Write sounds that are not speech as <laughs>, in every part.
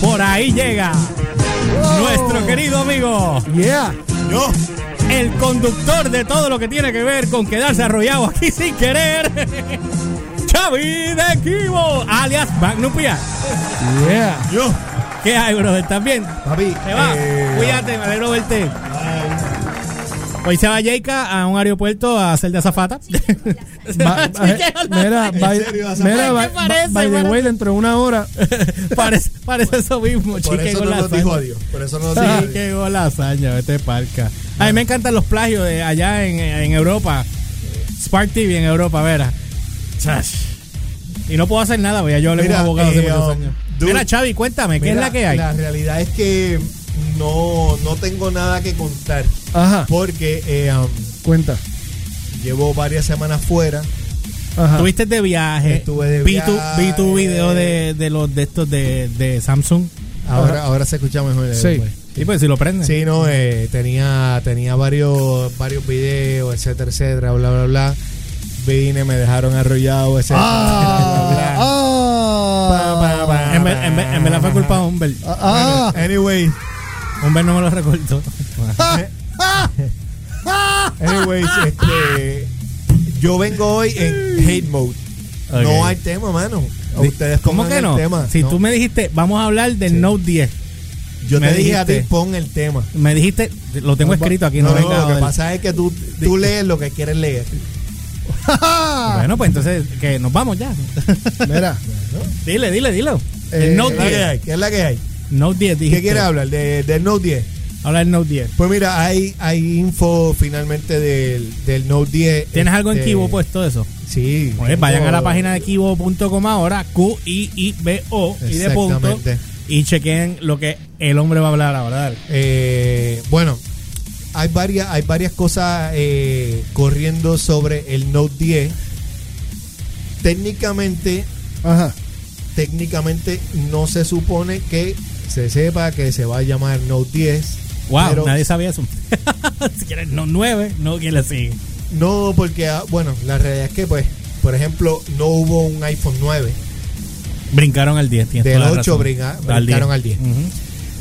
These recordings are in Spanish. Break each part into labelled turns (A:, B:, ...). A: Por ahí llega nuestro querido amigo,
B: Yeah.
C: Yo,
A: el conductor de todo lo que tiene que ver con quedarse arrollado aquí sin querer. <laughs> Xavi de Equivo, alias Magnum Piar.
B: Yeah.
C: yo.
A: ¿Qué hay, brother? ¿También?
B: Papi.
A: Se va.
B: eh,
A: Cuídate, me alegro verte. Hoy se va Jaica a un aeropuerto a hacer de azafata. <laughs>
B: va-
C: <laughs>
A: Sí,
B: eh,
A: que hola.
B: Mira, by,
C: serio, vas a-
B: mira,
A: ¿Qué
B: by,
A: parece?
B: by the way,
A: Parece-
B: dentro de una hora.
A: <laughs> parece, parece eso mismo,
C: Por
A: chique,
C: eso no
A: golazo.
C: nos dijo adiós. Por eso no nos dijo
A: Sí,
C: adiós.
A: qué golazaña, vete parca. A mí me encantan los plagios de allá en, en Europa. Spark TV en Europa, verá. Chash. Y no puedo hacer nada, vea, yo hablé con un
C: Mira,
A: abogado hace
C: eh,
A: muchos
C: um,
A: años.
C: dude,
A: Mira, Chavi, cuéntame, ¿qué es
C: Mira,
A: la que hay?
C: La realidad es que no, no tengo nada que contar.
B: Ajá.
C: Porque eh, um,
B: Cuenta.
C: llevo varias semanas fuera.
B: Ajá.
A: Tuviste de viaje.
C: Estuve de
A: vi tu,
C: viaje.
A: vi tu video de, de los de estos de, de Samsung.
C: Ahora, ahora se escucha mejor. eh,
B: Sí.
C: pues.
A: Y pues si lo prendes.
C: Sí, no, eh, tenía, tenía varios, varios videos, etcétera, etcétera, bla, bla, bla. Vine, me dejaron arrollado, etcétera. <laughs> bla, bla, bla. Pa, pa,
B: Ah.
C: pa,
A: Ah, En, ver- en, ver- en verdad fue culpa de Humbert.
B: Ah.
C: Anyway,
A: Humbert no me lo
C: <laughs>
A: recuerdo.
C: anyways, este, yo vengo hoy en hate mode.
A: Ok.
C: No hay tema, mano. Ustedes
A: ¿Cómo
C: pongan
A: que
C: el
A: no?
C: tema.
A: si
C: No.
A: tú me dijiste, vamos a hablar del Note 10.
C: yo
A: me
C: te dije a ti,
A: dijiste-
C: pon el tema.
A: Me dijiste, lo tengo escrito aquí, no,
C: No,
A: lo he
C: no, lo
A: grabado.
C: que pasa es que tú, tú lees lo que quieres leer. Ah.
A: Bueno, pues entonces, que nos vamos ya.
B: Mira.
A: <laughs> dile, dile, dilo.
C: Eh,
A: el Note
C: ¿qué es la que
A: 10.
C: hay? ¿Qué es la que hay?
A: Note 10, dijiste.
C: ¿Qué quieres hablar? De, del Note 10.
A: Habla del Note 10.
C: Pues mira, hay, hay info finalmente del, del Note 10.
A: ¿Tienes algo en
C: Este,
A: Kibo puesto eso?
C: Sí.
A: Pues
C: tengo-
A: vayan a la página de kibo.com ahora, Q-I-I-B-O, y de punto,
C: Exactamente.
A: y chequen lo que el hombre va a hablar ahora. dale.
C: Eh, bueno, hay varias, hay varias cosas eh, corriendo sobre el Note 10. Técnicamente,
B: Ajá.
C: técnicamente no se supone que se sepa que se va a llamar Note 10.
A: Wow,
C: pero-
A: nadie sabía eso. <laughs> si quieres, no 9, no quién le sigue.
C: No, porque, ah, bueno, la realidad es que, pues, por ejemplo, no hubo un iPhone 9.
A: Brincaron al 10, tienes
C: Del
A: toda la
C: 8
A: razón.
C: brinca-
A: Al
C: brincaron al 10.
A: Ujú.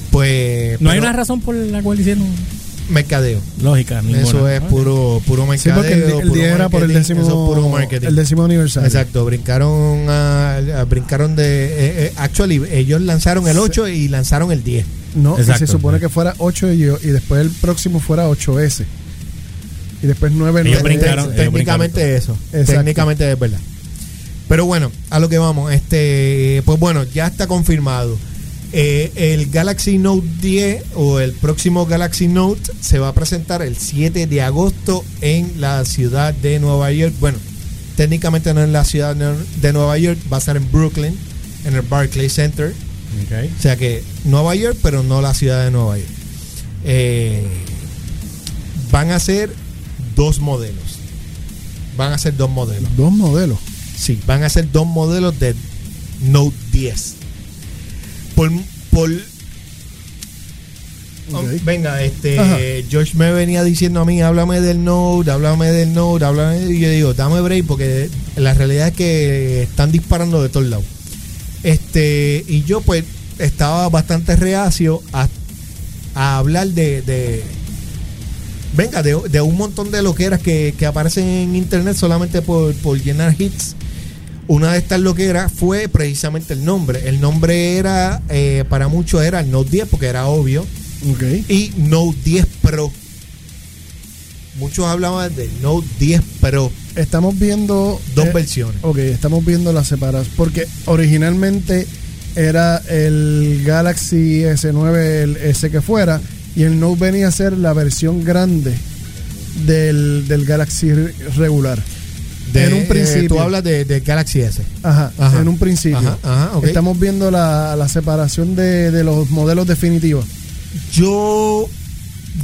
C: Pues.
A: No hay
C: pero-
A: una razón por la cual hicieron
C: Mercadeo.
A: lógica. Ninguna. Ah.
C: Eso es puro, puro
B: Sí,
C: mercadeo.
B: porque el, di- el
C: puro
B: 10 era por el
C: marketing,
B: décimo,
C: eso es puro marketing.
B: el décimo aniversario.
C: Exacto, brincaron a- a- brincaron de eh, eh, actually ellos lanzaron el 8 y lanzaron el 10.
B: No, y
A: Exacto.
B: se supone que fuera 8 y, y después el próximo fuera 8S. Y después 9
A: Ellos
C: Te-
A: brincaron,
C: te-
A: ellos
C: técnicamente eso,
B: Exacto.
C: técnicamente es verdad. Pero bueno, a lo que vamos, este pues bueno, ya está confirmado. Eh, el Galaxy Note 10 o el próximo Galaxy Note se va a presentar el 7 de agosto en la ciudad de Nueva York. Bueno, técnicamente no en la ciudad de- de Nueva York, va a ser en Brooklyn, en el Barclays Center.
A: Ok.
C: O sea que Nueva York, pero no la ciudad de Nueva York. Eh, van a ser dos modelos. Van a ser dos modelos.
B: Dos modelos.
C: Sí, van a ser dos modelos de Note 10. Por, por-
B: Ok.
C: Oh, venga, este
B: Ajá.
C: George me venía diciendo a mí, háblame del Note, háblame del Note, háblame y yo digo, dame break porque la realidad es que están disparando de todos lados. Este, y yo pues estaba bastante reacio a, a hablar de, de- venga, de, de un montón de loqueras que, que aparecen en internet solamente por, por llenar hits. Una de estas loqueras fue precisamente el nombre. El nombre era, eh, para muchos era Note 10 porque era obvio.
B: Ok.
C: Y Note 10 Pro. Muchos hablaban de Note 10 Pro.
B: Estamos viendo.
C: Dos
B: eh,
C: versiones.
B: Ok, estamos viendo las separadas. Porque originalmente era el Galaxy S9, el S que fuera, y el Note venía a ser la versión grande del, del Galaxy re- regular.
C: De, eh,
B: en un principio.
C: tú hablas de, de Galaxy S.
B: Ajá,
C: Ajá.
B: en un principio.
C: Ajá, ajá, ok.
B: Estamos viendo la, la separación de, de los modelos definitivos.
C: Yo,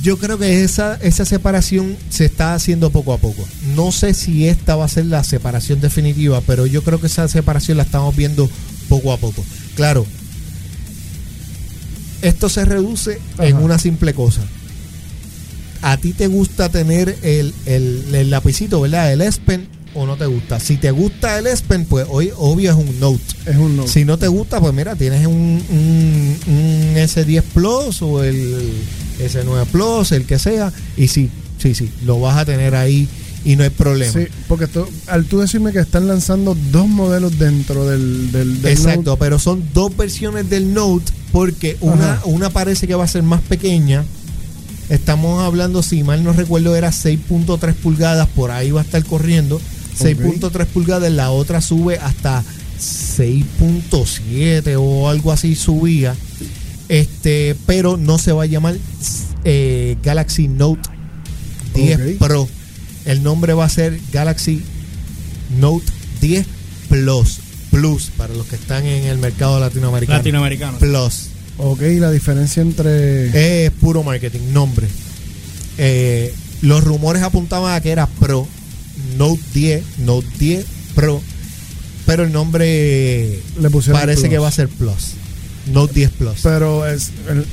C: yo creo que esa, esa separación se está haciendo poco a poco. No sé si esta va a ser la separación definitiva, pero yo creo que esa separación la estamos viendo poco a poco. Claro, esto se reduce en
B: Ajá.
C: una simple cosa. A ti te gusta tener el, el- el lapicito, ¿verdad? El S Pen o no te gusta. Si te gusta el S Pen, pues hoy obvio es un Note.
B: Es un no.
C: Si no te gusta, pues mira, tienes un, un- un S10 Plus o el S9 Plus, el que sea, y sí, sí, sí, lo vas a tener ahí y no hay problema.
B: Sí, porque tú- al tú decirme que están lanzando dos modelos dentro del, del, del
C: Exacto,
B: Note,
C: pero son dos versiones del Note porque una,
B: Ajá.
C: una parece que va a ser más pequeña. Estamos hablando, si mal no recuerdo, era 6.3 pulgadas, por ahí va a estar corriendo. 6.3 pulgadas, la otra sube hasta 6.7 o algo así subía. Este, pero no se va a llamar eh, Galaxy Note 10
B: Ok.
C: Pro. El nombre va a ser Galaxy Note 10 Plus. Plus para los que están en el mercado latinoamericano.
A: Latinoamericano.
C: Plus.
B: ok, la diferencia entre.
C: Es puro marketing, nombre. Eh, los rumores apuntaban a que era Pro, Note 10, Note 10 Pro, pero el nombre
B: Le pusieron
C: parece
B: Plus.
C: que va a ser Plus, Note 10 Plus.
B: Pero es, el-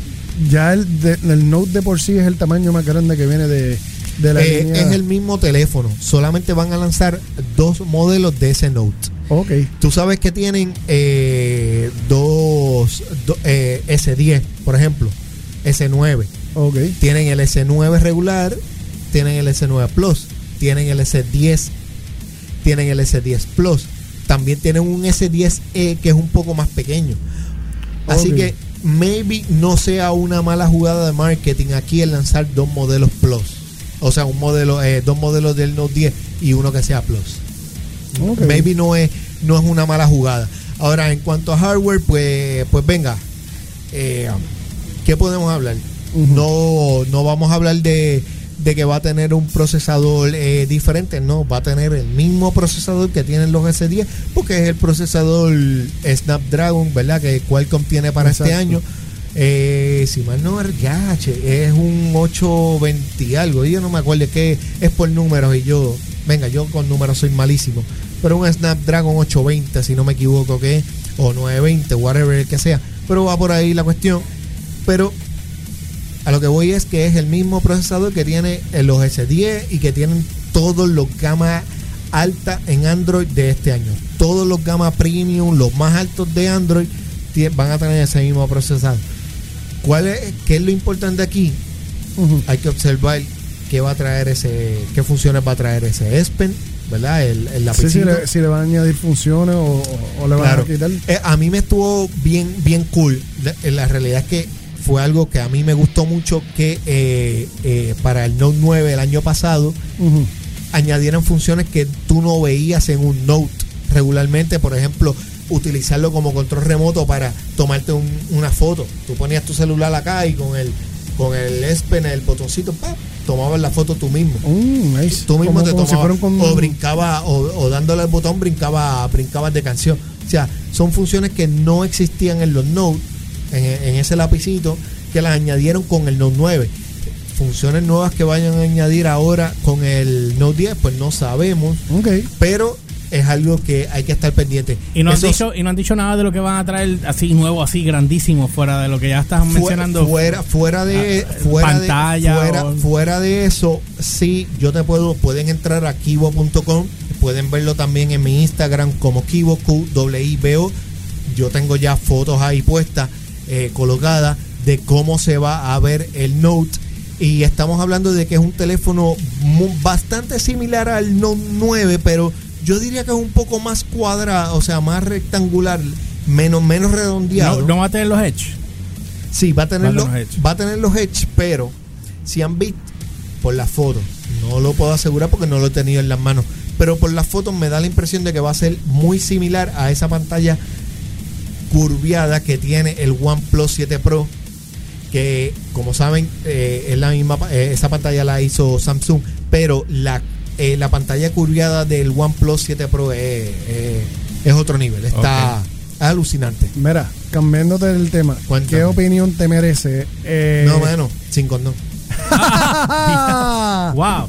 B: ya el, de- el Note de por sí es el tamaño más grande que viene de, de la
C: Eh,
B: línea.
C: es el mismo teléfono, solamente van a lanzar dos modelos de ese Note.
B: Ok,
C: Tú sabes que tienen eh, dos do- eh, S10, por ejemplo, S9.
B: ok.
C: Tienen el S9 regular, tienen el S9 Plus, tienen el S10, tienen el S10 Plus. También tienen un S10e que es un poco más pequeño. Así
B: Ok.
C: que maybe no sea una mala jugada de marketing aquí el lanzar dos modelos Plus. O sea, un modelo, eh, dos modelos del Note 10 y uno que sea Plus.
B: ok.
C: Maybe no es, no es una mala jugada. Ahora, en cuanto a hardware, pues, pues venga. Eh, ¿Qué podemos hablar? no, no vamos a hablar de, de que va a tener un procesador eh, diferente. No, va a tener el mismo procesador que tienen los S10, porque es el procesador Snapdragon, ¿verdad? Que Qualcomm tiene para este
B: Exacto.
C: año. Eh, si mal no gache, es un 820 y algo. Yo no me acuerdo es que es por números y yo, venga, yo con números soy malísimo. Pero un Snapdragon 820, si no me equivoco, que es, o 920, whatever el que sea. Pero va por ahí la cuestión. Pero a lo que voy es que es el mismo procesador que tiene eh, los S10 y que tienen todos los gamas alta en Android de este año. Todos los gamas premium, los más altos de Android, tie- van a tener ese mismo procesador. ¿Cuál es, ¿Qué es lo importante aquí?
B: Ujú.
C: Hay que observar qué va a traer ese, qué funciones va a traer ese S Pen, ¿verdad? El, el
B: Sí, si
C: lapicito.
B: le, si le van a añadir funciones o, o- o le van
C: Claro.
B: a quitar.
C: Eh, a mí me estuvo bien, bien cool. La, eh, la realidad es que fue algo que a mí me gustó mucho que eh, eh, para el Note 9 el año pasado
B: Ujú.
C: añadieran funciones que tú no veías en un Note regularmente. Por ejemplo, utilizarlo como control remoto para tomarte un- una foto. Tú ponías tu celular acá y con el con el S Pen, el botoncito, ¡pap! tomabas la foto tú mismo.
B: Mm, nice.
C: Tú mismo
B: Como-
C: te
B: como si
C: tomabas,
B: fueron con-
C: o brincaba o, o dándole al botón brincaba brincabas de canción. O sea, son funciones que no existían en los Note, en, en ese lapicito que las añadieron con el Note 9. Funciones nuevas que vayan a añadir ahora con el Note 10, pues no sabemos,
B: Ok.
C: pero es algo que hay que estar pendiente.
A: Y no, han
C: Eso
A: dicho, y no han dicho nada de lo que van a traer así nuevo, así grandísimo, fuera de lo que ya estás
C: fue-
A: mencionando.
C: fuera fuera de
A: Ah,
C: fuera
A: pantalla
C: de, fuera,
A: o-
C: fuera de eso sí yo te puedo pueden entrar a kibo.com pueden verlo también en mi Instagram como kibo q doble i b o. yo tengo ya fotos ahí puestas eh, colocadas de cómo se va a ver el Note y estamos hablando de que es un teléfono mu- bastante similar al Note 9 pero yo diría que es un poco más cuadrado o sea más rectangular menos menos redondeado
A: no, no va a tener los Edge.
C: Sí, va a tener,
A: Va a
C: los,
A: tener los edge.
C: va a tener los edge, pero si han visto por las fotos, no lo puedo asegurar porque no lo he tenido en las manos, pero por las fotos me da la impresión de que va a ser muy similar a esa pantalla curviada que tiene el OnePlus 7 Pro, que como saben eh, es la misma, pa- eh, esa pantalla la hizo Samsung, pero la, eh, la pantalla curviada del OnePlus 7 Pro es, eh, es otro nivel, está alucinante.
B: Mira, cambiándote el tema,
C: Cuéntame.
B: ¿qué opinión te merece? Eh,
C: no,
B: <laughs>
C: mano, sin condón. Ah.
A: ¡Wow!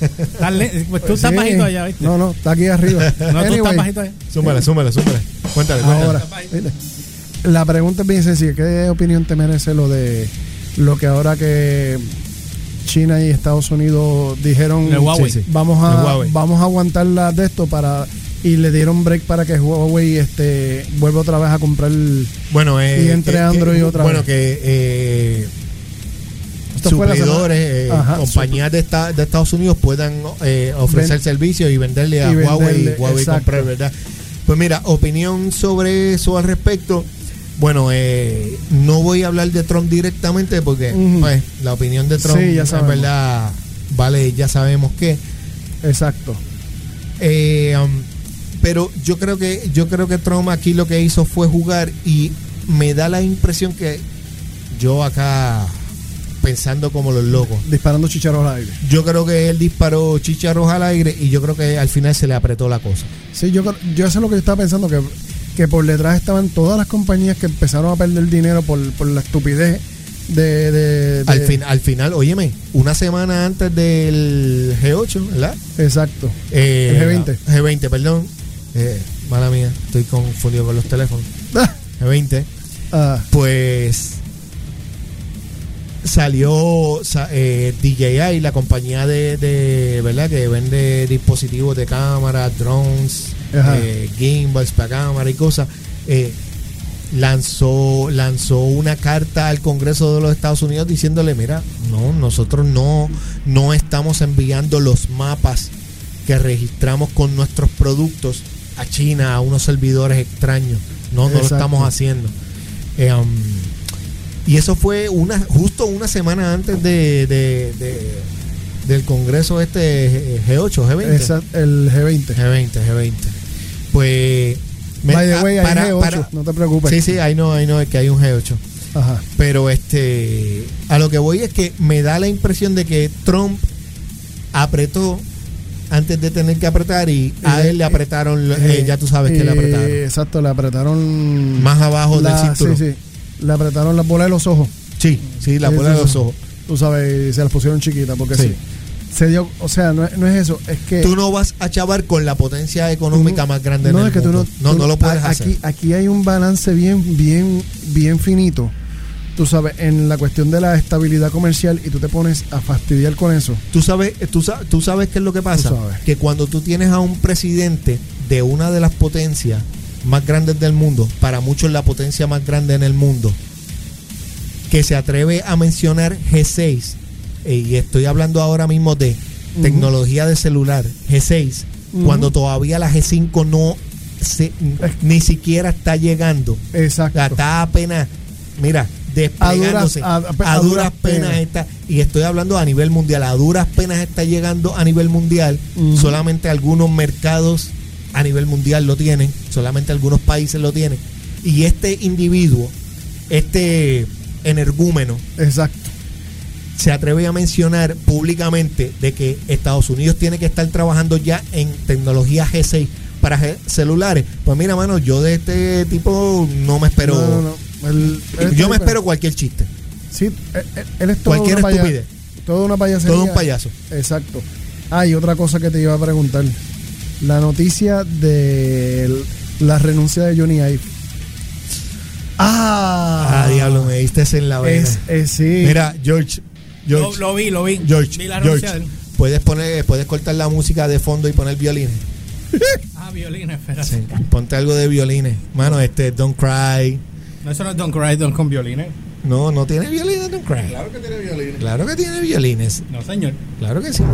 A: Estás le- pues tú estás
B: sí.
A: bajito allá, ¿viste? No,
B: No, no, está aquí arriba.
A: tú estás
B: Anyway,
A: bajito allá.
C: Súmala, súmala, súmala. Cuéntale, cuéntale.
B: Ahora, ¿viste? la pregunta es bien sencilla. ¿Qué opinión te merece lo de lo que ahora que China y Estados Unidos dijeron
A: De Huawei.
B: "Sí, sí, vamos
C: De
B: a
C: Huawei.
B: vamos a aguantar la de esto para y le dieron break para que Huawei este vuelva otra vez a comprar el-
C: Bueno, eh,
B: Y entre
C: que- que-
B: Android otra
C: Bueno,
B: vez.
C: que eh,
B: Esto fue la semana-
C: suplidores, eh,
B: Ajá,
C: compañías de, esta- de Estados Unidos puedan eh, ofrecer
B: Ven-
C: servicios y venderle a
B: y
C: Huawei
B: venderle,
C: y Huawei
B: exacto.
C: comprar, ¿verdad? Pues mira, opinión sobre eso al respecto. Bueno, eh, no voy a hablar de Trump directamente porque
B: Ujú.
C: pues, la opinión de Trump,
B: Sí, ya
C: en
B: sabemos.
C: verdad, vale, ya sabemos qué.
B: exacto
C: Eh, um, pero yo creo que yo creo que Trump aquí lo que hizo fue jugar y me da la impresión que yo acá pensando como los locos.
B: disparando chicharros al aire.
C: Yo creo que él disparó chicharros al aire y yo creo que al final se le apretó la cosa.
B: Sí, yo, creo- yo eso es lo que yo estaba pensando, que, que por detrás estaban todas las compañías que empezaron a perder dinero por, por la estupidez de... de- de-
C: Al, fin, al final, óyeme, una semana antes del G8, ¿verdad?
B: Exacto. <laughs>
C: Eh,
B: El G20.
C: G20, perdón. Eh, mala mía, estoy confundido con los teléfonos. G20.
B: Ah,
C: pues salió sa- eh, DJI, la compañía de, de, verdad que vende dispositivos de cámara, drones,
B: Ajá.
C: eh, gimbals para cámara y cosas, eh, lanzó lanzó una carta al Congreso de los Estados Unidos diciéndole, mira, no, nosotros no no estamos enviando los mapas que registramos con nuestros productos a China a unos servidores extraños, no no lo
B: Exacto.
C: estamos haciendo. Eh, um, y eso fue una justo una semana antes de, de- de- del Congreso este eh, G8, G20.
B: esa- el G20.
C: G20, G20. Pues me-
B: By the
C: ah,
B: way, hay
C: para-
B: G8,
C: para-
B: no te preocupes.
C: Sí, sí, ahí no, ahí no es que hay un G8.
B: Ajá.
C: Pero este a lo que voy es que me da la impresión de que Trump apretó antes de tener que apretar y a
B: Eh,
C: él le apretaron,
B: Eh,
C: eh, ya tú sabes que
B: eh,
C: le apretaron.
B: Exacto, le apretaron...
C: Más abajo
B: la-
C: del cinturón.
B: Sí, sí. Le apretaron las bolas de los ojos.
C: Sí, sí, la
B: Sí,
C: bola
B: sí,
C: de los
B: eh, sí.
C: ojos.
B: Tú sabes, y se las pusieron chiquitas porque
C: Sí.
B: sí. Se dio, o sea, no, es- no es eso, es que...
C: Tú no vas a chavar con la potencia económica más grande
B: no,
C: en el
B: es que Eh, tú
C: mundo.
B: no,
C: no,
B: tú
C: no lo puedes
B: a-
C: hacer.
B: Aquí, aquí hay un balance bien, bien, bien finito. Tú sabes, en la cuestión de la estabilidad comercial y tú te pones a fastidiar con eso.
C: Tú sabes, tú sa- tú sabes qué es lo que pasa,
B: Tú sabes.
C: que cuando tú tienes a un presidente de una de las potencias más grandes del mundo, para muchos la potencia más grande en el mundo, que se atreve a mencionar G6 eh, y estoy hablando ahora mismo de
B: Ujú.
C: tecnología de celular G6,
B: Ujú.
C: cuando todavía la G5 no se, ni siquiera está llegando.
B: Exacto.
C: La está apenas, mira, desplegándose.
B: A
C: A
B: duras-
C: duras,
B: a- a- a duras
C: penas
B: penas.
C: está, y estoy hablando a nivel mundial, a duras penas está llegando a nivel mundial.
B: Ujú.
C: Solamente algunos mercados a nivel mundial lo tienen, solamente algunos países lo tienen. Y este individuo, este energúmeno,
B: Exacto.
C: se atreve a mencionar públicamente de que Estados Unidos tiene que estar trabajando ya en tecnología G6 para ge- celulares. Pues mira, mano, yo de este tipo no me espero.
B: No, no, no. El- el-
C: Yo me espero cualquier chiste.
B: Sí, él, él es todo
C: Cualquier
B: una paya-
C: estupidez.
B: Todo una payasería.
C: Todo un payaso.
B: Exacto. Ah, y otra cosa que te iba a preguntar. La noticia de el- la renuncia de Johnny Ive.
C: Ah,
B: Ah,
C: diablo, me diste en la vena.
B: Es, es- sí.
C: Mira, George,
A: Lo,
C: George,
A: lo vi, lo vi.
C: George,
A: Vi la
C: George,
A: renuncia de él.
C: puedes poner, puedes cortar la música de fondo y poner violines.
A: Ah, violín, espera.
C: Ponte algo de violines, mano. Este, Don't Cry.
A: No, eso no es Don't Cry, Don't con violines.
C: No, no tiene violines, Don't Cry.
D: Claro que tiene violines.
C: Claro que tiene violines.
A: No, señor.
C: Claro que sí.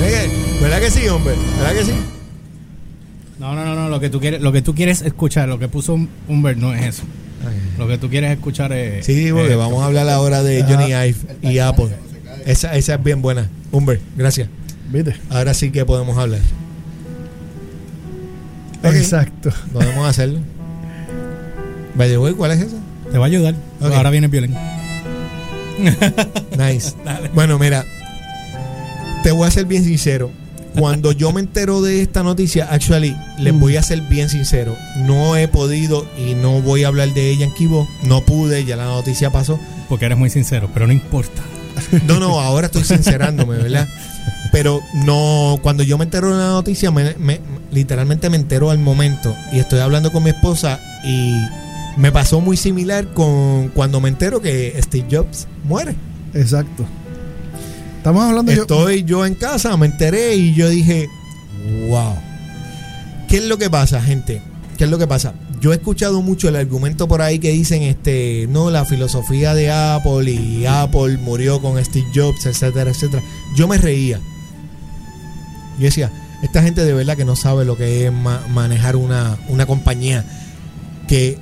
C: ¿Verdad que, verdad que sí, hombre? ¿Verdad que sí?
A: No, no, no, no. Lo que tú quieres, lo que tú quieres escuchar, lo que puso Humbert no es eso. Lo que tú quieres escuchar es. eh,
C: Sí, porque vamos a hablar ahora de Johnny Ive y Apple. Esa, esa es bien buena. Humber, gracias.
B: ¿Viste?
C: Ahora sí que podemos hablar. Ok.
B: Exacto.
C: Podemos hacerlo. By the way, ¿cuál es esa?
A: Te va a ayudar.
C: Ok.
A: Ahora viene el violín.
C: Nice. Bueno, mira, te voy a ser bien sincero. Cuando yo me entero de esta noticia, actually, les voy a ser bien sincero. No he podido y no voy a hablar de ella en Kibo. No pude, ya la noticia pasó.
A: Porque eres muy sincero, pero no importa.
C: No, no, ahora estoy sincerándome, ¿verdad? Pero no, cuando yo me entero de la noticia, me- me- literalmente me entero al momento. Y estoy hablando con mi esposa y Me pasó muy similar con cuando me entero que Steve Jobs muere.
B: Exacto. Estamos hablando yo-
C: Estoy yo en casa, me enteré y yo dije, wow. ¿Qué es lo que pasa, gente? ¿Qué es lo que pasa? Yo he escuchado mucho el argumento por ahí que dicen, este, no, la filosofía de Apple y Apple murió con Steve Jobs, etcétera, etcétera. Yo me reía. Yo decía, esta gente de verdad que no sabe lo que es ma- manejar una, una compañía que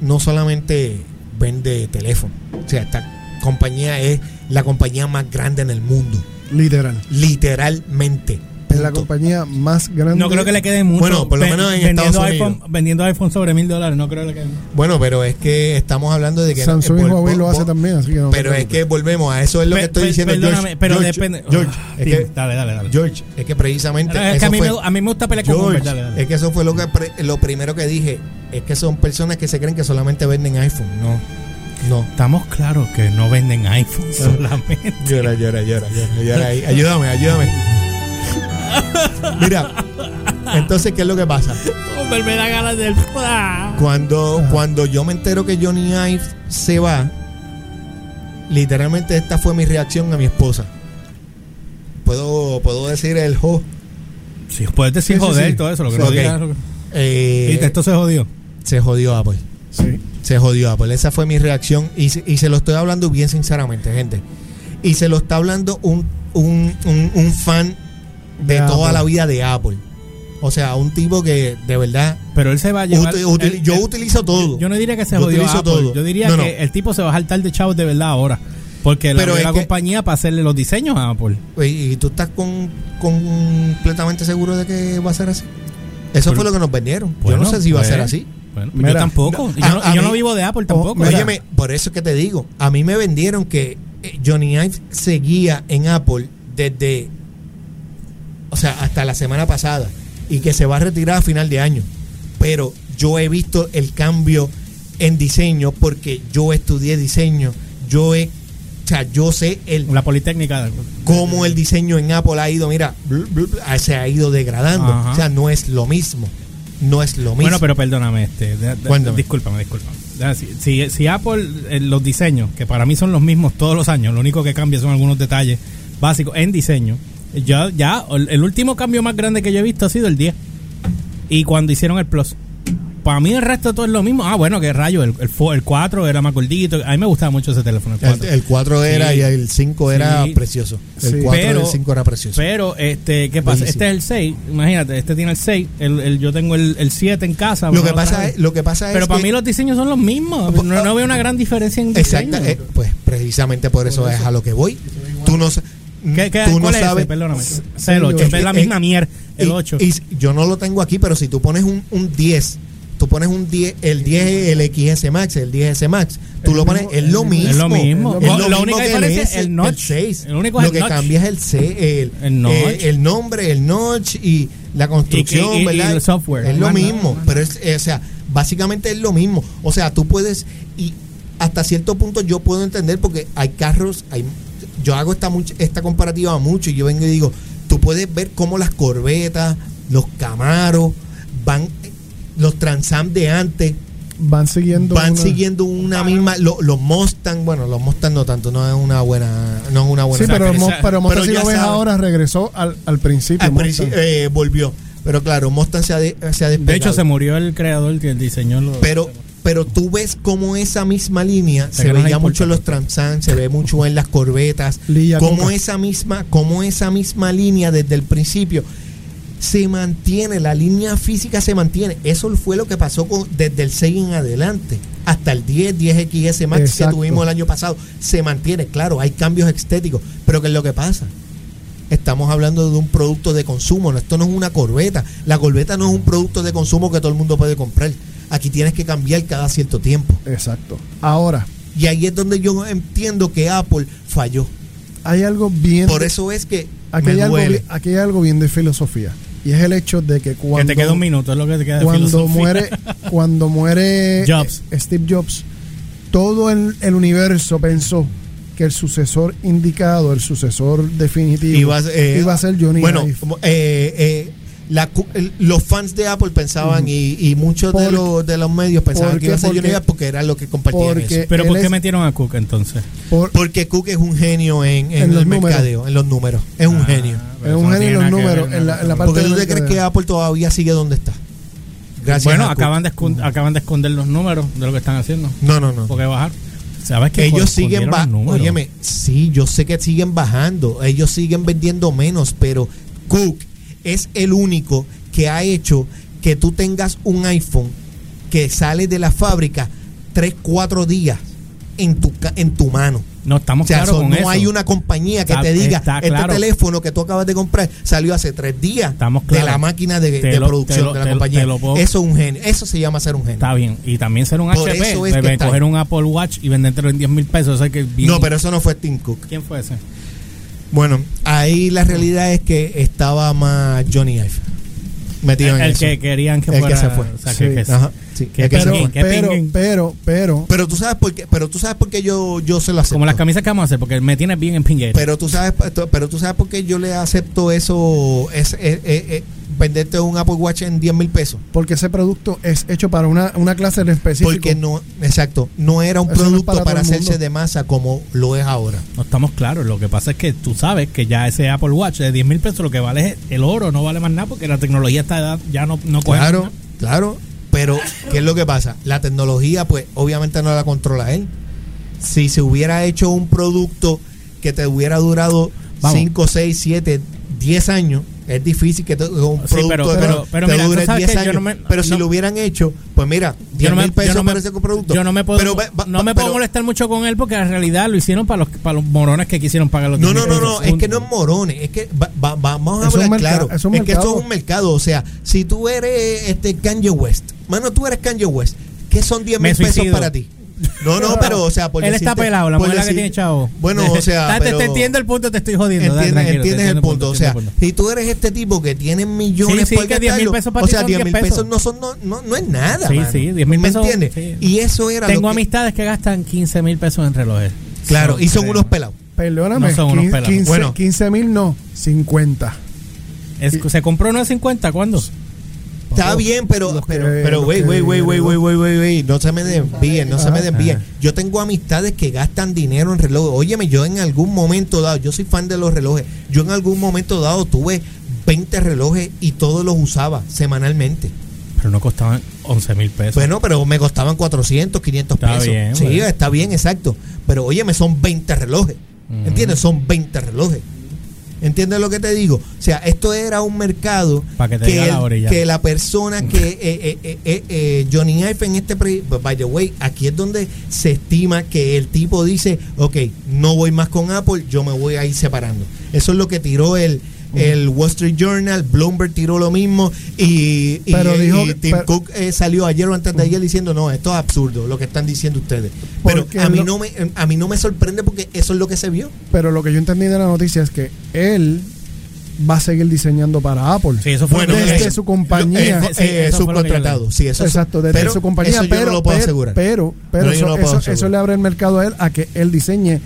C: no solamente vende teléfono. O sea, esta compañía es la compañía más grande en el mundo.
B: literal.
C: Literalmente.
B: Es la
C: Punto.
B: compañía más grande.
A: No creo que le quede mucho.
C: Bueno, por lo
A: Ven-
C: menos en
A: vendiendo
C: Estados
A: iPhone,
C: Unidos.
A: vendiendo iPhone sobre mil dólares, no creo que le quede mucho.
C: Bueno, pero es que estamos hablando de que...
B: Samsung
C: eh,
B: y
C: vol-
B: Huawei lo
C: vol-
B: hace también, así que no te
C: Pero es que
B: preocupes.
C: volvemos a eso es lo
A: Pe-
C: que estoy
A: pe-
C: diciendo.
A: Perdóname,
C: George,
A: pero
C: George,
A: depende.
C: George, es
A: Tim,
C: que,
A: dale, dale, dale.
C: George, es que precisamente...
A: Es que
C: eso
A: a mí,
C: fue-
A: me, a mí me gusta pelear con
C: George,
A: Humbert, dale, dale.
C: es que eso fue lo, que pre- lo primero que dije. Es que son personas que se creen que solamente venden iPhone. No, no.
A: Estamos claros que no venden iPhone solamente.
C: Llora, llora, llora, llora, llora ahí. Ayúdame, ayúdame. Mira, entonces, ¿qué es lo que pasa?
A: <laughs> Humbert me da ganas del. ¡Ah!
C: Cuando, cuando yo me entero que Johnny Ive se va, literalmente esta fue mi reacción a mi esposa. Puedo, puedo decir el jo.
A: Sí, puedes decir
B: Sí, sí,
A: joder
B: sí.
A: y todo eso, lo que
C: Sí,
A: no
C: ok.
A: digas, lo que-
C: eh,
A: Viste, esto se jodió.
C: se jodió Apple.
B: Sí.
C: Se jodió Apple. Esa fue mi reacción. Y, se- y se lo estoy hablando bien sinceramente, gente. Y se lo está hablando un, un, un- un fan de,
B: De
C: toda
B: Apple.
C: la vida de Apple. O sea, un tipo que de verdad.
A: Pero él se va a llevar.
C: util- util-
A: él-
C: yo
A: él-
C: utilizo todo.
A: yo no diría que se
C: Yo
A: jodió
C: utilizo
A: Apple.
C: todo.
A: Yo diría
C: No, no.
A: que el tipo se va a saltar de chavos de verdad ahora. Porque
C: Pero
A: la,
C: es
A: la
C: que-
A: compañía para hacerle los diseños a Apple.
C: Pues, Y, y tú estás con, completamente seguro de que va a ser así. Eso
A: Pero-
C: fue lo que nos vendieron. yo
A: Bueno,
C: no sé si va a ser
A: pues,
C: así.
A: Bueno,
B: Mira,
A: yo tampoco. Y
C: a-
A: yo, no,
C: a
A: y yo
C: mí-
A: no vivo de Apple
B: Oh,
A: tampoco.
B: mira.
C: Óyeme, por eso es que te digo, a mí me vendieron que eh, Johnny Ive seguía en Apple desde, o sea, hasta la semana pasada y que se va a retirar a final de año. Pero yo he visto el cambio en diseño porque yo estudié diseño, yo he, o sea, yo sé el
A: la Politécnica.
C: cómo el diseño en Apple ha ido, mira, blu, blu, blu, ah, se ha ido degradando.
A: Ajá.
C: O sea, no es lo mismo. No es lo mismo.
A: Bueno, pero perdóname, este, de- de-
C: Cuéntame.
A: discúlpame, discúlpame. Ah, Si, si- si Apple, eh, los diseños, que para mí son los mismos todos los años, lo único que cambia son algunos detalles básicos en diseño. Ya, ya, el el último cambio más grande que yo he visto ha sido el 10. Y cuando hicieron el Plus. Para mí el resto todo es lo mismo. Ah, bueno, que rayo, el, el, fo- el 4 era más gordito. A mí me gustaba mucho ese teléfono, el 4.
C: El- el 4 era
A: Sí.
C: y el 5 era
A: Sí.
C: precioso.
B: Sí.
C: El 4 y
A: Pero-
C: el 5 era precioso.
A: Pero, este, ¿qué pasa?
C: Bellísimo.
A: Este es el 6, imagínate, este tiene el 6, el, el- yo tengo el, el 7 en casa.
C: lo,
A: bueno,
C: que
A: otra
C: pasa
A: vez.
C: es, lo que pasa es
A: Pero para
C: que-
A: mí los diseños son los mismos.
C: Pues,
A: No,
C: ah,
A: no veo una gran diferencia en diseño.
C: Exacta, eh, pues precisamente por eso es a lo que voy. Tú no, sa-
A: ¿Qué, qué,
C: tú no
A: ¿Cuál es
C: sabes.
A: ese? Perdóname. Es el 8.
C: Es-
A: Es la
C: es-
A: misma mierda. El
C: y-
A: 8.
C: Y, yo no lo tengo aquí, pero si tú pones un, un 10, tú pones un 10, el 10 el XS Max, el 10S Max, tú
B: Es
C: lo
B: lo
C: pones,
B: mismo,
C: es lo mismo.
A: es lo mismo.
C: Es lo
A: La
C: mismo
A: única
C: que
A: diferencia es
C: S,
A: el notch.
C: 6.
A: El único es
C: lo
A: el
C: que
A: notch.
C: cambia es el C, el,
A: El notch.
C: eh, el nombre, el notch y la construcción,
A: Y- y- y- y
C: ¿verdad?
A: el software.
C: Es lo
A: Más nada,
C: mismo,
A: más
C: pero es, eh, o sea, básicamente es lo mismo. O sea, tú puedes y hasta cierto punto yo puedo entender porque hay carros, hay yo hago esta much- esta comparativa mucho y yo vengo y digo, tú puedes ver cómo las corbetas, los Camaros van los Transam de antes
B: Van siguiendo.
C: van
B: una-
C: siguiendo una misma lo- los Mustang, bueno, los Mustang no tanto, no es una buena no es una buena
B: Sí, pero,
A: Exacto.
B: Mo- pero Mostar,
C: Pero
B: si
C: ya
B: lo ves
C: saben.
B: ahora, regresó al, al principio.
C: Al
B: Mostar.
C: principio, eh, volvió. Pero claro, Mustang se ha, de- se ha
A: de hecho,
C: despegado.
A: se murió el creador que diseñó los.
C: Pero, pero tú ves como esa misma línea se
A: que no le
C: veía
A: importa.
C: mucho en los Transam, se ve mucho en las corbetas,
B: Lilla
C: como
B: Coca.
C: esa misma, como esa misma línea desde el principio se mantiene, la línea física se mantiene. Eso fue lo que pasó con, desde el 6 en adelante hasta el 10, 10XS Max
B: Exacto.
C: que tuvimos el año pasado. Se mantiene, claro, hay cambios estéticos, pero ¿qué es lo que pasa? Estamos hablando de un producto de consumo, no, esto no es una corbeta. La corbeta no es un producto de consumo que todo el mundo puede comprar. Aquí tienes que cambiar cada cierto tiempo.
B: Exacto. Ahora,
C: Y ahí es donde yo entiendo que Apple falló.
B: hay algo bien.
C: Por eso es que
B: aquí,
C: me
B: hay algo,
C: duele.
B: bien- aquí hay algo bien de filosofía. Y es el hecho de que cuando.
A: que te queda un minuto, es lo que te queda. de
B: cuando
A: filosofía.
C: <laughs>
B: muere cuando muere
A: Jobs.
B: eh, Steve Jobs todo el, el universo pensó que el sucesor indicado el sucesor definitivo
C: Iba a ser, eh,
B: iba a ser Johnny
C: Bueno,
B: Ive.
C: como, eh, eh, la cu- el- los fans de Apple pensaban y, y muchos de,
B: Por-
C: los, de los medios pensaban
B: porque-
C: que iba a ser
B: porque-
C: Universal porque era lo que compartían
B: porque-
C: eso.
A: <laughs> Pero
B: Él
A: ¿por qué
B: es-
A: metieron a Cook entonces?
B: Por,
C: Porque Cook es un genio en, en
B: En los
C: el
B: números.
C: mercadeo, en los números. Es un
A: Ah,
C: genio.
A: pero
B: Es
A: eso
B: un
A: no
B: genio en
A: tiene
B: los
A: nada que
B: números,
A: ver,
B: en
A: nada
B: la- en la
A: que
B: parte
C: Porque
B: del
C: tú te crees
B: mercadeo.
C: que Apple todavía sigue donde está. Gracias. a
A: Bueno,
C: Cook.
A: acaban de, escon- acaban de esconder los números de lo que están haciendo.
C: No, no, no.
A: Porque bajar. ¿Sabes que
C: ellos siguen
A: bajando.
C: bajando. Óyeme, sí, yo sé que siguen bajando. Ellos siguen vendiendo menos, pero Cook es el único que ha hecho que tú tengas un iPhone que sale de la fábrica 3, 4 días en tu, ca- en tu mano.
A: No estamos
C: O sea,
A: claros
C: so-
A: con
C: no
A: eso.
C: hay una compañía que
A: Está-
C: te diga,
A: está
C: este
A: claro.
C: teléfono que tú acabas de comprar salió hace tres días
A: Estamos
C: de la
A: claros.
C: máquina de,
A: Te
C: de
A: lo- te
C: producción
A: lo-
C: de la
A: te lo-
C: compañía.
A: te lo puedo-
C: Eso es un genio. Eso se llama ser un genio.
A: Está bien. Y también ser un
C: Por
A: HP.
C: eso es
A: de-
C: que
A: de
C: está
A: coger
C: ahí.
A: un Apple Watch y vendértelo en 10 mil pesos. Eso es que es bien-
C: No, pero eso no fue Tim Cook.
A: ¿Quién fue ese?
C: Bueno, ahí la realidad es que estaba más Johnny Ive metido
A: El,
C: en
A: el
C: eso.
A: que querían que
C: El que
A: fuera.
C: se fue.
A: o sea, que-
B: Sí.
A: que-
C: Ajá, sí,
A: que
C: el que se
A: pero-
C: fue.
A: ¿Qué
B: pero,
A: pinguen?
B: pero, pero,
C: Pero tú sabes por qué, pero tú sabes por qué yo yo se lo acepto.
A: como las camisas que vamos a hacer, porque me tienes bien en pinguete.
C: pero tú sabes pero tú sabes por qué yo le acepto eso es, es- es- es- venderte un Apple Watch en 10 mil pesos.
B: porque ese producto es hecho para una, una clase en específico.
C: Porque no, exacto, no era un
B: Eso no es
C: producto
B: para todo
C: para,
B: el
C: hacerse
B: mundo.
C: de masa como lo es ahora.
A: No estamos claros. Lo que pasa es que tú sabes que ya ese Apple Watch de 10 mil pesos lo que vale es el oro, no vale más nada porque la tecnología está ya no, no coge más
C: Claro,
A: nada.
C: claro. Pero, ¿qué es lo que pasa? La tecnología, pues, obviamente no la controla él. Si se hubiera hecho un producto que te hubiera durado
A: Vamos.
C: 5, 6, 7, 10 años, es difícil que te- un
A: Sí,
C: producto
A: pero-
C: que
A: pero-
C: no
A: pero
C: te
A: mira, tú
C: dure
A: sabes
C: 10
A: que yo
C: años.
A: no me-
C: pero si
A: no-
C: lo hubieran hecho, pues mira, 10
A: Yo no me-
C: mil
A: yo
C: pesos
A: no me-
C: para ese producto.
A: Yo no me puedo,
C: Pero ve- va-
A: no me
C: pero-
A: puedo molestar mucho con él porque en realidad lo hicieron para los, para los morones que quisieron pagar los
C: No,
A: 10.000
C: no, no, no,
A: pesos.
C: es que no es morones, es que va- va- vamos a
B: Es un
C: hablar
B: mercado,
C: claro,
B: es
C: es,
B: un
C: que esto
B: mercado.
C: es un mercado, o sea, si tú eres este Kanye West, mano, tú eres Kanye West, ¿qué son 10
A: Me
C: mil pesos
A: suicido.
C: para ti? No,
A: <laughs>
C: no, pero, o sea, por
A: Él está
C: decirte-
A: pelado, la
C: por
A: mujer la que
C: decir-
A: tiene chavo.
C: Bueno,
A: <laughs>
C: o sea,
A: Te- te-
C: pero-
A: te entiendo el punto, te estoy jodiendo. dale,
C: Entiendes,
A: tranquilo, te
C: entiendes el
A: entiendo
C: punto. O sea,
A: entiendo el punto.
C: si tú eres este tipo que tiene millones
A: Sí, sí,
C: por
A: que 10.000
C: gastarlo,
A: pesos para
C: o
A: ti
C: sea,
A: son
C: 10 mil
A: 10
C: pesos
A: pesos.
C: no, son, no, no, no es nada.
A: Sí,
C: mano.
A: sí, 10.000
C: ¿Me
A: pesos,
C: entiendes?
A: sí.
C: Y eso era.
A: Tengo
C: lo que-
A: amistades que gastan 15 mil pesos en relojes.
C: Claro, y son
A: creo.
C: unos pelados.
B: Perdóname,
A: No son unos
B: 15
A: pelados.
B: 15
C: Bueno.
B: 15 mil no, 50.
A: Es- ¿Se compró uno de 50? ¿Cuándo?
C: Está bien, pero,
B: Los que-
C: pero, pero,
B: los
C: güey,
B: que-
C: güey, güey, güey, güey, güey, güey, güey, no se me desvíen, no se me desvíen. Yo tengo amistades que gastan dinero en relojes. Óyeme, yo en algún momento dado, yo soy fan de los relojes, yo en algún momento dado tuve 20 relojes y todos los usaba semanalmente.
A: Pero no costaban 11 mil pesos.
C: Bueno, pero me costaban 400, 500
A: Está
C: pesos.
A: bien,
C: sí,
A: bueno.
C: está bien, exacto. Pero óyeme, son 20 relojes. ¿Entiendes? Son 20 relojes. ¿Entiendes lo que te digo? O sea, esto era un mercado
A: Pa' que te diga la
C: el-
A: orilla.
C: que la persona
A: <laughs>
C: que eh, eh, eh, eh, eh, Johnny Ive en este... pre- By the way, aquí es donde se estima que el tipo dice, ok, no voy más con Apple, yo me voy a ir separando. Eso es lo que tiró el... El Wall Street Journal, Bloomberg tiró lo mismo y, y-
B: Pero
C: y
B: dijo que-
C: Tim
B: pero-
C: Cook eh, salió ayer o antes de ayer diciendo no esto es absurdo lo que están diciendo ustedes pero
B: Porque
C: a mí
B: lo-
C: no me a mí no me sorprende porque eso es lo que se vio
B: Pero lo que yo entendí de la noticia es que él va a seguir diseñando para Apple.
A: Sí, eso fue
B: Bueno,
A: lo que-
B: desde su compañía.
C: eh,
A: Sí,
C: eh,
A: eso fue lo que yo
C: subcontratado
A: leí.
C: sí eso es-
B: Exacto, desde su compañía.
C: eso yo
B: pero,
C: no lo puedo
B: pero-
C: asegurar
B: Pero, pero
C: No, yo
B: eso,
C: no lo puedo
B: eso-
C: asegurar.
B: eso le abre el mercado a él a que él diseñe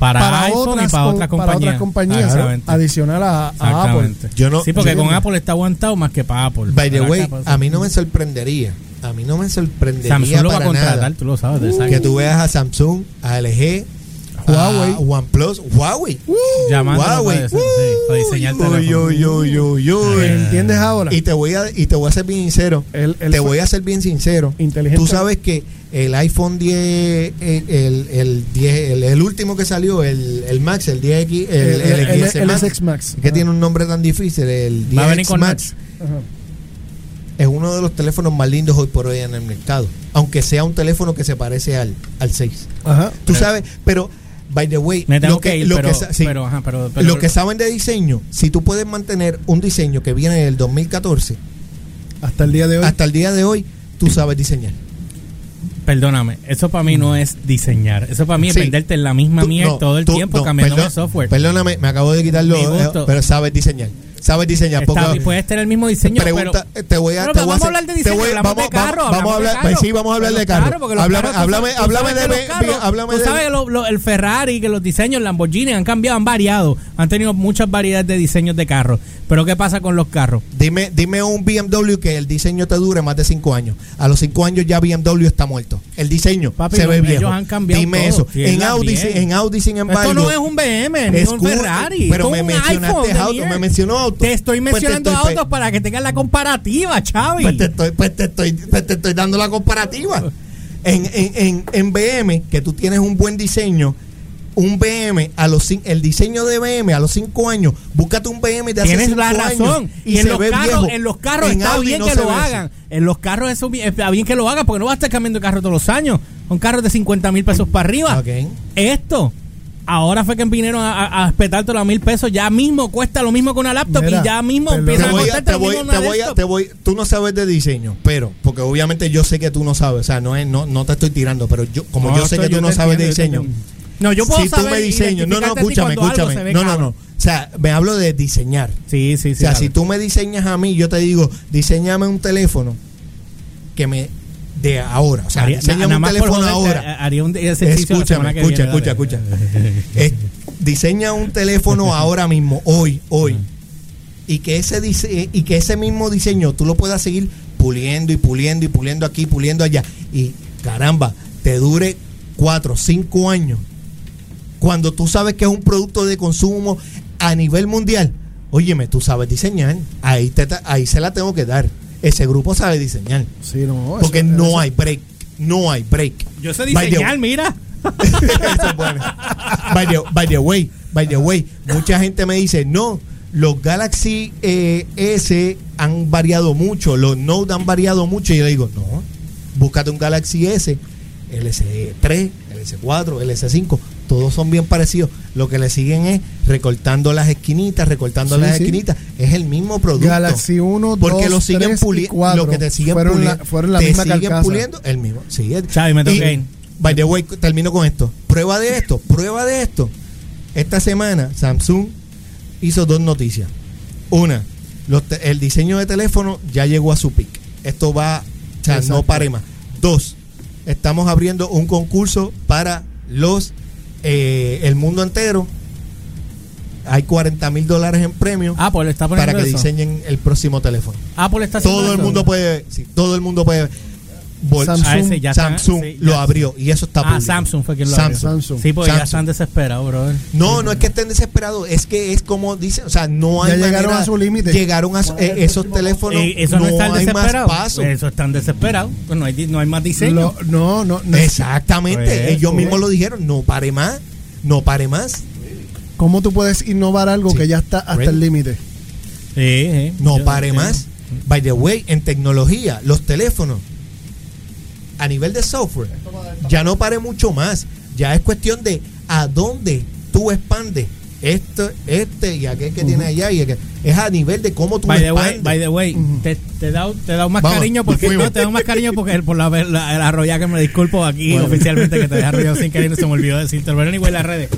A: para,
B: para,
A: iPhone
B: otras,
A: y para
B: com-
A: otras
B: para
A: compañías.
B: otras compañías,
A: Exactamente.
B: adicional a, a Apple.
A: Exactamente.
C: Ah, pues, Yo no-
A: sí, porque
B: yo
A: con
B: entiendo.
A: Apple está aguantado más que para Apple.
C: by the
A: Para
C: way
A: acá, para-
C: a mí no me sorprendería a mí no me sorprendería
A: Samsung lo va a
C: para
A: contratar,
C: nada
A: tú lo sabes. de esa-
C: que tú veas a Samsung a LG
B: Huawei. Uh,
C: a OnePlus Huawei
A: Llamando no puede
C: Huawei
A: ser, sí, para diseñar
C: uy,
A: teléfono.
C: uy, uy, uy,
A: Ah,
C: uy.
B: ¿Entiendes ahora?
C: Y te voy a y te voy a ser bien sincero.
B: Él- él
C: te
B: fue
C: voy a ser bien sincero.
B: inteligente.
C: Tú sabes que el iPhone 10 eh, el, el 10 el, el último que salió el, el Max, el 10X, el,
B: El- el-
C: el
B: el- el SX Max.
C: Que
B: Ajá.
C: tiene un nombre tan difícil, el
A: Va a venir
C: 10X
A: con
C: Max.
B: Ajá.
C: Es uno de los teléfonos más lindos hoy por hoy en el mercado, aunque sea un teléfono que se parece al al 6.
B: Ajá. Eh,
C: Tú
A: Pero-
C: sabes, pero by the way,
A: Me tengo
C: lo que,
A: que ir,
C: lo
A: pero,
C: que sa- sí.
A: pero, ajá, pero- pero-
C: lo que saben de diseño, si tú puedes mantener un diseño que viene del 2014
B: Hasta el día de hoy.
C: hasta el día de hoy, tú sabes diseñar.
A: Perdóname, eso para mí no es diseñar. Eso para mí es
C: Mm. Sí.
A: venderte en la misma
C: Tú-
A: mierda
C: no,
A: todo el
C: tú-
A: tiempo
C: no,
A: cambiando
C: perdón-
A: el software.
C: Perdóname, me acabo de quitarlo,
A: Mi gusto.
C: eh, pero sabes diseñar. sabes diseñar.
A: Está-
C: porque-
A: puedes tener el mismo diseño,
C: pregunta,
A: pero...
C: te voy a,
A: Bueno,
C: te
A: pero vamos
C: voy
A: a
C: hacer-
A: hablar de
C: te
A: diseño,
C: voy-
A: hablamos de carro,
C: vamos
A: hablamos
C: a
A: de
C: hablar, pues
A: carro.
C: sí, vamos a hablar
A: Pero
C: de
A: claro,
C: carro.
A: porque los
C: háblame,
A: carros, tú
C: háblame,
A: sabes- tú
C: háblame
A: sabes que
C: de,
A: los carros-
C: háblame
A: tú
C: de-
A: sabes que lo- lo- el Ferrari, que los diseños, Lamborghini han cambiado, han variado, han tenido muchas variedades de diseños de carros. Pero ¿qué pasa con los carros?
C: Dime, dime un BMW que el diseño te dure más de 5 años. A los 5 años ya BMW está muerto. El diseño
A: Papi,
C: se ve
A: ellos
C: viejo.
A: han cambiado
C: dime
A: todo.
C: eso.
A: Sí,
C: en,
A: ellos
C: Audi,
A: también.
C: en Audi, sin embargo.
A: Esto no es un BM, ni
C: es
A: un
C: cool,
A: Ferrari.
C: Pero
A: esto
C: me
A: es un
C: mencionaste
A: iPhone de
C: auto,
A: mierda.
C: me mencionó auto.
A: Te estoy
C: Pues
A: mencionando
C: estoy-
A: autos para que tengas la comparativa, Chavi.
C: Pues te estoy, pues te estoy, pues te estoy dando la comparativa. En, en, en, en BM, que tú tienes un buen diseño, un BM, a los cin- el diseño de BM a los 5 años, búscate un BM de hace
A: Tienes
C: cinco
A: la
C: años
A: razón. Y,
C: se
A: en, los
C: ve
A: carros,
C: viejo.
A: en los carros
C: En
A: está
C: Audi
A: bien
C: no
A: que
C: se
A: lo
C: ve así.
A: hagan. En los carros eso bi- está bien que lo hagan porque no vas a estar cambiando de carro todos los años. Son carros de 50 mil pesos para arriba.
C: Ok.
A: Esto. Ahora fue que vinieron a, a, a espetártelo a mil pesos. Ya mismo cuesta lo mismo que una laptop
B: Mira,
A: y ya mismo
B: perdón.
C: Te
A: empiezan a
C: voy, a,
A: costarte
C: te,
A: lo
C: voy,
A: mismo una
C: te, voy a-
A: desktop.
C: te voy- tú no sabes de diseño, pero, porque obviamente yo sé que tú no sabes, o sea, no, es, no, no te estoy tirando, pero yo, como
A: No,
C: yo sé
A: esto
C: que
A: yo
C: tú no
A: te
C: sabes de
A: entiendo, yo
C: diseño,
A: te entiendo. No, yo puedo
C: si tú
A: saber
C: me diseñas, no, no,
A: identificarte a ti
C: escúchame,
A: cuando algo se
C: escúchame,
A: ve
C: no, no,
A: cabrón.
C: no, o sea, me hablo de diseñar,
A: Sí, sí, sí.
C: o sea,
A: dale.
C: si tú me diseñas a mí, yo te digo, diseñame un teléfono que me de ahora, o sea,
A: Haría-
C: diseñame
A: nada
C: un
A: más por eh,
C: teléfono
A: joderte,
C: ahora.
A: Haría un ejercicio la
C: Escúchame,
A: semana que
C: escucha,
A: viene,
C: escucha,
A: dale.
C: escucha. Eh, diseña un
A: <laughs>
C: teléfono ahora mismo, hoy, hoy.
A: Mm.
C: Y que ese dise- eh, y que ese mismo diseño tú lo puedas seguir puliendo y puliendo y puliendo aquí, puliendo allá. Y caramba, te dure cuatro, cinco años. Cuando tú sabes que es un producto de consumo a nivel mundial, óyeme, tú sabes diseñar, ahí, te, ta- ahí se la tengo que dar. Ese grupo sabe diseñar.
B: Sí, no, eso-
C: Porque no
B: eso-
C: hay break, no hay break.
A: Pues Yo sé
C: By the-
A: diseñar, mira.
C: Eso es bueno. by, the, by the way, by the way, mucha gente me dice, no, los Galaxy eh, S han variado mucho, los Note han variado mucho. Y yo le digo, no, búscate un Galaxy S, el S3, el S4, el S5, todos son bien parecidos. Lo que le siguen es recortando las esquinitas, recortando
B: Sí,
C: las
B: sí.
C: esquinitas. Es el mismo producto.
B: Galaxy 1,
C: Porque
B: 2,
C: lo siguen
B: 3 y
C: puliendo.
B: 4
C: Lo que te siguen
B: fueron la-
C: puliendo.
B: fueron la
C: te
B: misma
C: siguen
B: carcasa.
C: puliendo el mismo. Sí, el-
A: Xavi, me tengo
C: y-
A: que ir.
C: By the way, termino con esto. Prueba de esto, prueba de esto. Esta semana Samsung hizo dos noticias. Una, los te- el diseño de teléfono ya llegó a su pic. Esto va, o sea, no
B: Exacto.
C: pare más. Dos, estamos abriendo un concurso para los eh, el mundo entero. Hay 40 mil dólares en premio
A: Apple está poniendo
C: para que
A: Ah, eso.
C: diseñen el próximo teléfono.
A: Apple está haciendo
C: Todo el
A: eso.
C: mundo puede, sí, todo el mundo puede. Vol-
B: Samsung.
A: Ah, ese ya está-
C: Samsung
A: sí, ya
C: lo
A: está.
C: abrió y eso está
A: Ah,
C: público.
A: Samsung fue quien lo abrió.
B: Samsung.
A: Sí, porque ya
C: Samsung.
A: están desesperados, brother.
C: No, no es que estén desesperados, es que es como dicen, o sea, no hay
B: Ya llegaron
C: manera-
B: a su límite.
C: Llegaron a su- eh, esos teléfonos,
A: Eh, eso no,
C: no,
A: están
C: hay más
A: desesperados.
C: paso.
A: Eso están desesperados. Pues no hay, di- no hay más diseño.
B: Lo- no, no, no.
C: Exactamente,
A: Pues,
C: ellos mismos
A: pues.
C: lo dijeron, no pare más, no pare más,
B: ¿Cómo tú puedes innovar algo
C: Sí.
B: que ya está hasta
C: Ready.
B: el límite?
A: Sí, sí.
C: no
A: Yo-
C: pare
A: sí.
C: más. By the way, en tecnología, los teléfonos a nivel de software ya no pare mucho más, ya es cuestión de a dónde tú expandes esto, este y aquel que tiene allá y aquel. es a nivel de cómo tú
A: By the way,
C: expandes.
A: by the way, te, te he dado- te he dado más
C: Vamos,
A: cariño porque
C: fuimos.
A: no, te he dado más cariño porque por la, la, la arrollada que me disculpo aquí
C: Bueno.
A: oficialmente que te había arrollado sin querer y se me olvidó decirte. Pero igual las redes.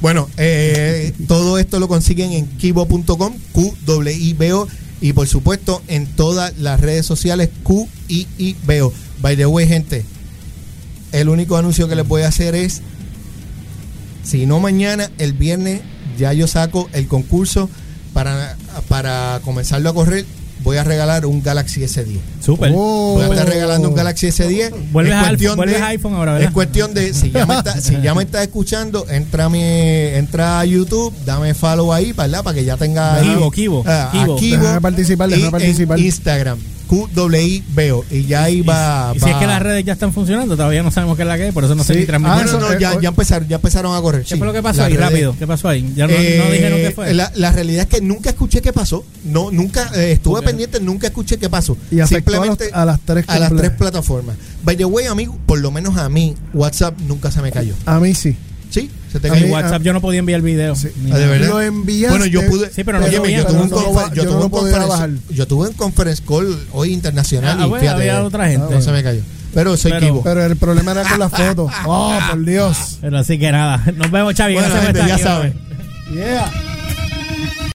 C: Bueno, eh, todo esto lo consiguen en kibo.com, Q-I-I-B-O, y por supuesto en todas las redes sociales Q-I-I-B-O. By the way, gente, el único anuncio que les voy a hacer es, si no mañana, el viernes, ya yo saco el concurso para, para comenzarlo a correr, voy a regalar un Galaxy S10.
A: Súper. Oh.
B: Oh.
C: Voy a estar regalando un Galaxy S10.
A: Vuelves
C: Es
A: a
C: cuestión
A: iPhone- vuelves a iPhone ahora, ¿verdad?
C: Es cuestión de, si ya me estás si ya me está escuchando, entra a, mi, entra a YouTube, dame follow ahí, ¿verdad? Para que ya tenga... ahí-
A: Kibo, Kibo,
C: Ah,
A: Kibo.
C: a Kibo
B: Déjame participar,
C: y
B: déjame
C: en
B: participar.
C: Instagram, QWIBO. Y ya ahí va...
A: y si es
C: va-
A: que las redes ya están funcionando, todavía no sabemos qué es la que es, por eso no se
B: Sí.
A: ni transmiten.
C: Ah,
B: Eso,
C: no, no,
B: eh,
C: ya,
B: hoy-
C: ya, empezaron, ya empezaron a correr.
A: ¿Qué
C: sí.
A: fue lo que pasó
C: Las
A: ahí?
C: redes-
A: Rápido, ¿qué pasó ahí? Ya no, no
C: Eh,
A: dijeron qué fue.
C: La, la realidad es que nunca escuché qué pasó. No, nunca eh, estuve
A: Ok.
C: pendiente, nunca escuché qué pasó.
B: Y afectó a los- a las tres
C: a las
B: completas.
C: tres plataformas. By the way, amigo, por lo menos a mí, WhatsApp nunca se me cayó.
B: A mí sí.
C: Sí, se te
A: En
B: A mí-
C: cayó.
A: WhatsApp yo no podía enviar video.
B: Sí.
A: Ni
C: Ah, de
A: nada.
C: verdad.
B: Lo enviaste.
C: Bueno, yo pude.
A: Sí, pero no
C: Óyeme,
A: lo
C: yo
A: podía,
C: tuve
A: no
C: un
A: lo-
C: confer- yo
B: yo
C: tuve
B: no
C: un
B: podía
C: conference-
B: bajar.
C: yo tuve un conference call hoy internacional
A: Ah,
C: y
A: bueno,
C: fíjate,
A: había otra gente.
C: no se me cayó. Pero soy
A: Pero-
C: Kibo.
B: Pero el problema era con las
C: <laughs>
B: fotos. Oh, por Dios.
A: Pero así que nada. <laughs> Nos vemos, Chavi.
C: Bueno,
A: Gracias por
C: gente,
A: estar
C: ya
A: aquí,
C: saben.
A: brother.
B: Yeah.